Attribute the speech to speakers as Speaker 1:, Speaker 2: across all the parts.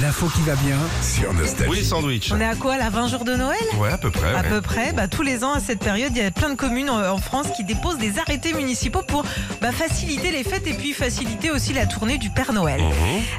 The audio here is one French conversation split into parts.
Speaker 1: L'info qui va bien.
Speaker 2: Sur Nostalgie.
Speaker 3: Oui, sandwich.
Speaker 4: On est à quoi là 20 jours de Noël
Speaker 3: Ouais, à peu près.
Speaker 4: à
Speaker 3: ouais.
Speaker 4: peu près, bah, tous les ans à cette période, il y a plein de communes en en France qui déposent des arrêtés municipaux pour bah, faciliter les fêtes et puis faciliter aussi la tournée du Père Noël.
Speaker 3: Mhm.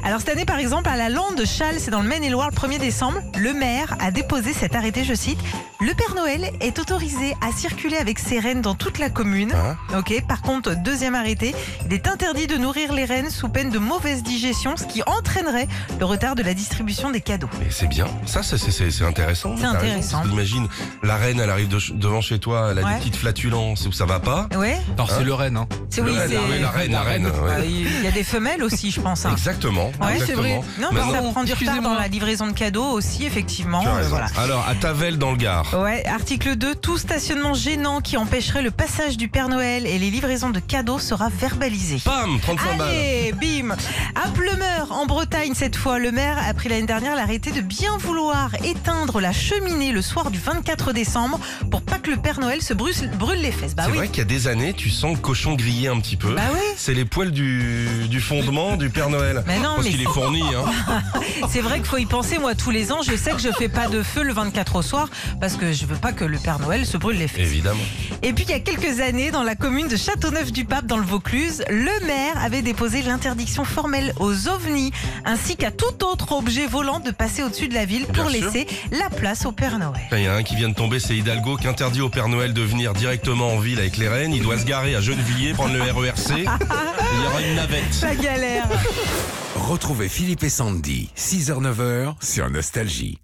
Speaker 4: Alors cette année, par exemple, à la Lande de Châles, c'est dans le Maine-et-Loire, le 1er décembre, le maire a déposé cet arrêté, je cite, Le Père Noël est autorisé à circuler avec ses rennes dans toute la commune.
Speaker 3: Ah.
Speaker 4: Ok, par contre, deuxième arrêté, il est interdit de nourrir les rennes sous peine de mauvaise digestion, ce qui entraînerait le retard de la distribution des cadeaux.
Speaker 3: Mais c'est bien. Ça, c'est- c'est c'est- c'est intéressant.
Speaker 4: C'est
Speaker 3: T'as raison.
Speaker 4: intéressant.
Speaker 3: Parce que Imagine, la reine, elle arrive de ch- devant chez toi, elle a
Speaker 4: Ouais.
Speaker 3: des petites flatulences où ça va pas.
Speaker 4: Ouais,
Speaker 1: Alors, c'est le Rennes, hein.
Speaker 4: c'est
Speaker 3: Le
Speaker 4: oui,
Speaker 3: reine,
Speaker 4: c'est-
Speaker 3: ah oui, la reine, la reine. ouais.
Speaker 4: Ah, Il y a des femelles aussi, je pense. hein.
Speaker 3: Exactement.
Speaker 4: Ouais, c'est
Speaker 3: exactement.
Speaker 1: vrai.
Speaker 4: Non, mais
Speaker 3: Maintenant,
Speaker 4: ça prend du retard
Speaker 1: excusez-moi.
Speaker 4: dans la livraison de cadeaux aussi, effectivement.
Speaker 3: tu as
Speaker 4: euh,
Speaker 3: raison.
Speaker 4: voilà.
Speaker 3: Alors, à Tavel, dans le Gard.
Speaker 4: Ouais, article 2, tout stationnement gênant qui empêcherait le passage du Père Noël et les livraisons de cadeaux sera verbalisé.
Speaker 3: Bam 35 balles.
Speaker 4: Allez, bim À Pleumeur, en Bretagne cette fois, le maire a pris l'année dernière l'arrêté de bien vouloir éteindre la cheminée le soir du 24 décembre pour pas que le Père Noël se brûle, brûle les fesses. Bah
Speaker 3: c'est
Speaker 4: oui,
Speaker 3: vrai qu'il y a des années, tu sens le cochon grillé un petit peu.
Speaker 4: bah oui
Speaker 3: C'est les poils du, du fondement du Père Noël.
Speaker 4: Mais non,
Speaker 3: Parce
Speaker 4: mais-
Speaker 3: qu'il est fourni, hein.
Speaker 4: C'est vrai qu'il faut y penser, moi, tous les ans. Je sais que je fais pas de feu le 24 au soir parce que je veux pas que le Père Noël se brûle les fesses.
Speaker 3: Évidemment.
Speaker 4: Et puis, il y a quelques années, dans la commune de Châteauneuf-du-Pape, dans le Vaucluse, le maire avait déposé l'interdiction formelle aux ovnis ainsi qu'à tout autre objet volant de passer au-dessus de la ville pour
Speaker 3: Bien sûr.
Speaker 4: laisser la place au Père Noël.
Speaker 3: Il y en a un qui vient de tomber, c'est Hidalgo, qui interdit au Père Noël de venir directement en ville avec les rennes. Il doit se garer à Gennevilliers, prendre le RERC. Il y aura une navette.
Speaker 4: Ça galère
Speaker 2: Retrouvez Philippe et Sandy, 6h-9h, sur Nostalgie.